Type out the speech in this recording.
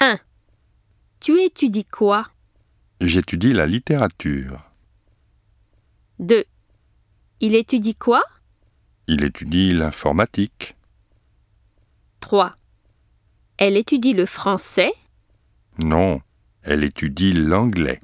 1. Tu étudies quoi J'étudie la littérature. 2. Il étudie quoi Il étudie l'informatique. 3. Elle étudie le français Non, elle étudie l'anglais.